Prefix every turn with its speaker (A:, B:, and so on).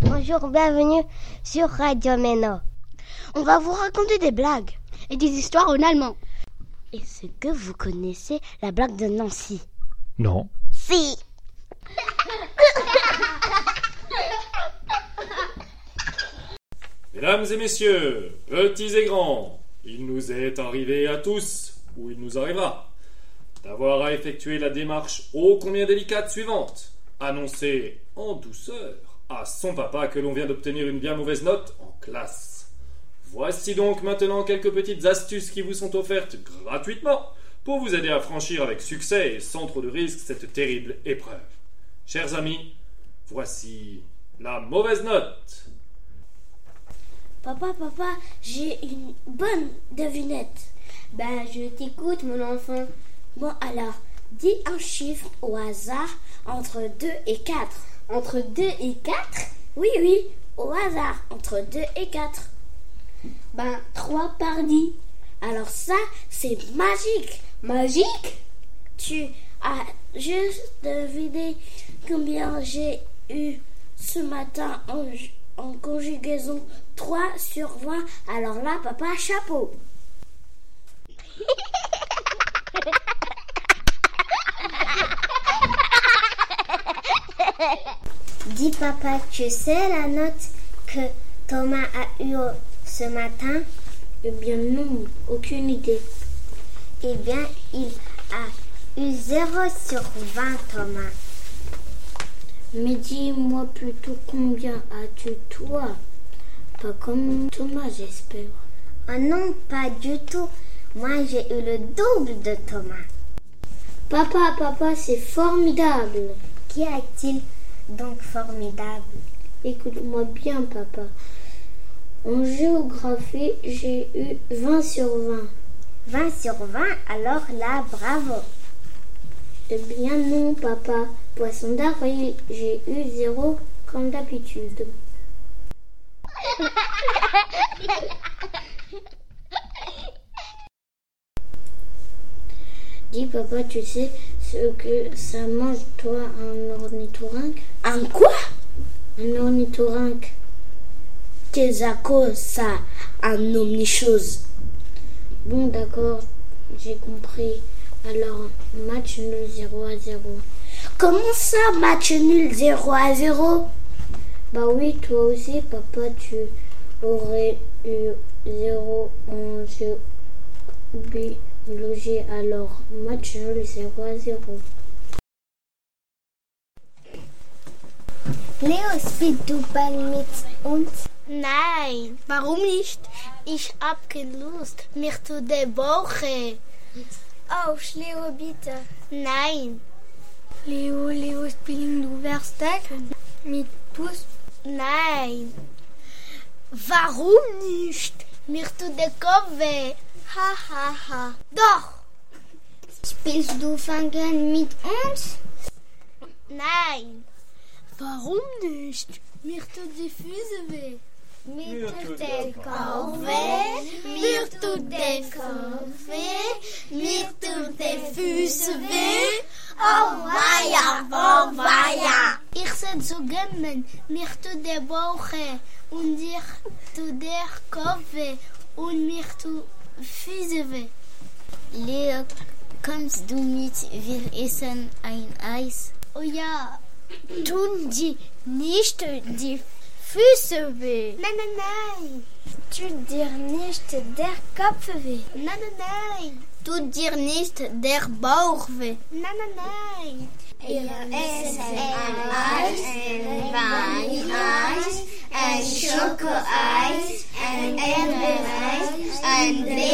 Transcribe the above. A: Bonjour, bienvenue sur Radio Mena.
B: On va vous raconter des blagues et des histoires en allemand.
A: Est-ce que vous connaissez la blague de Nancy
C: Non.
A: Si
D: Mesdames et messieurs, petits et grands, il nous est arrivé à tous, ou il nous arrivera, d'avoir à effectuer la démarche ô combien délicate suivante. Annoncer en douceur à son papa que l'on vient d'obtenir une bien mauvaise note en classe. Voici donc maintenant quelques petites astuces qui vous sont offertes gratuitement pour vous aider à franchir avec succès et sans trop de risque cette terrible épreuve. Chers amis, voici la mauvaise note.
E: Papa, papa, j'ai une bonne devinette.
F: Ben, je t'écoute, mon enfant.
E: Bon, alors, dis un chiffre au hasard entre 2 et 4.
F: Entre 2 et 4
E: Oui, oui, au hasard entre 2 et 4.
F: Ben, 3 par 10.
E: Alors, ça, c'est magique.
F: Magique
E: Tu as juste deviné combien j'ai eu ce matin en, en conjugaison 3 sur 20. Alors là, papa, chapeau.
G: Dis papa, tu sais la note que Thomas a eue ce matin
E: Eh bien non, aucune idée.
G: Eh bien, il a eu 0 sur 20, Thomas.
E: Mais dis-moi plutôt combien as-tu toi Pas comme Thomas, j'espère.
G: Oh non, pas du tout. Moi, j'ai eu le double de Thomas.
E: Papa, papa, c'est formidable.
G: Qu'y a-t-il donc formidable
E: Écoute-moi bien, papa. En géographie, j'ai eu 20 sur 20.
G: 20 sur 20, alors là, bravo.
E: Eh bien non, papa. Poisson d'avril, j'ai eu zéro comme d'habitude. Dis papa, tu sais ce que ça mange toi un ornithorynque
B: Un quoi
E: Un ornithorynque.
B: Qu'est-ce que ça Un omnichose.
E: Bon d'accord, j'ai compris. Alors, match nul 0 à 0.
B: Comment ça, match nul 0 à 0
E: Bah oui, toi aussi, papa, tu aurais eu 0 en jeu biologie. Alors, match nul 0 à 0.
G: Leo, spielst du Ball mit uns?
H: Nein, warum nicht? Ich hab keine Lust, mich zu der Woche.
I: Oh, Leo, bitte.
H: Nein.
I: Leo, Leo, spielen du Verstag mit uns?
H: Nein. Warum nicht? Mir tut der Kopf weh. Ha, ha, ha. Doch.
G: Spielst du Fangen mit uns?
H: Nein.
I: Warum nicht? Mir tut die Füße weh.
J: Mir tut der Kopf
K: weh. Mir tut der Kopf weh. Mir tut die Füße weh. Oh weia, oh weia.
H: Ich sitze zu gämmen. Mir tut der Bauch weh. Und ich tut der Kopf weh. Und mir tut Füße weh.
L: Leo, kommst du mit? Wir essen ein Eis.
H: Oh ja tun die nicht die Füße weh.
I: Nein, nein, nein.
E: Tut dir nicht der Kopf weh.
I: Nein, nein, nein.
H: Tut dir nicht der Bauch weh.
I: Nein, nein, nein.
K: Ihr essen ein Eis, ein Wein-Eis, ein Schokoeis, ein Erdbeereis, ein Beereis.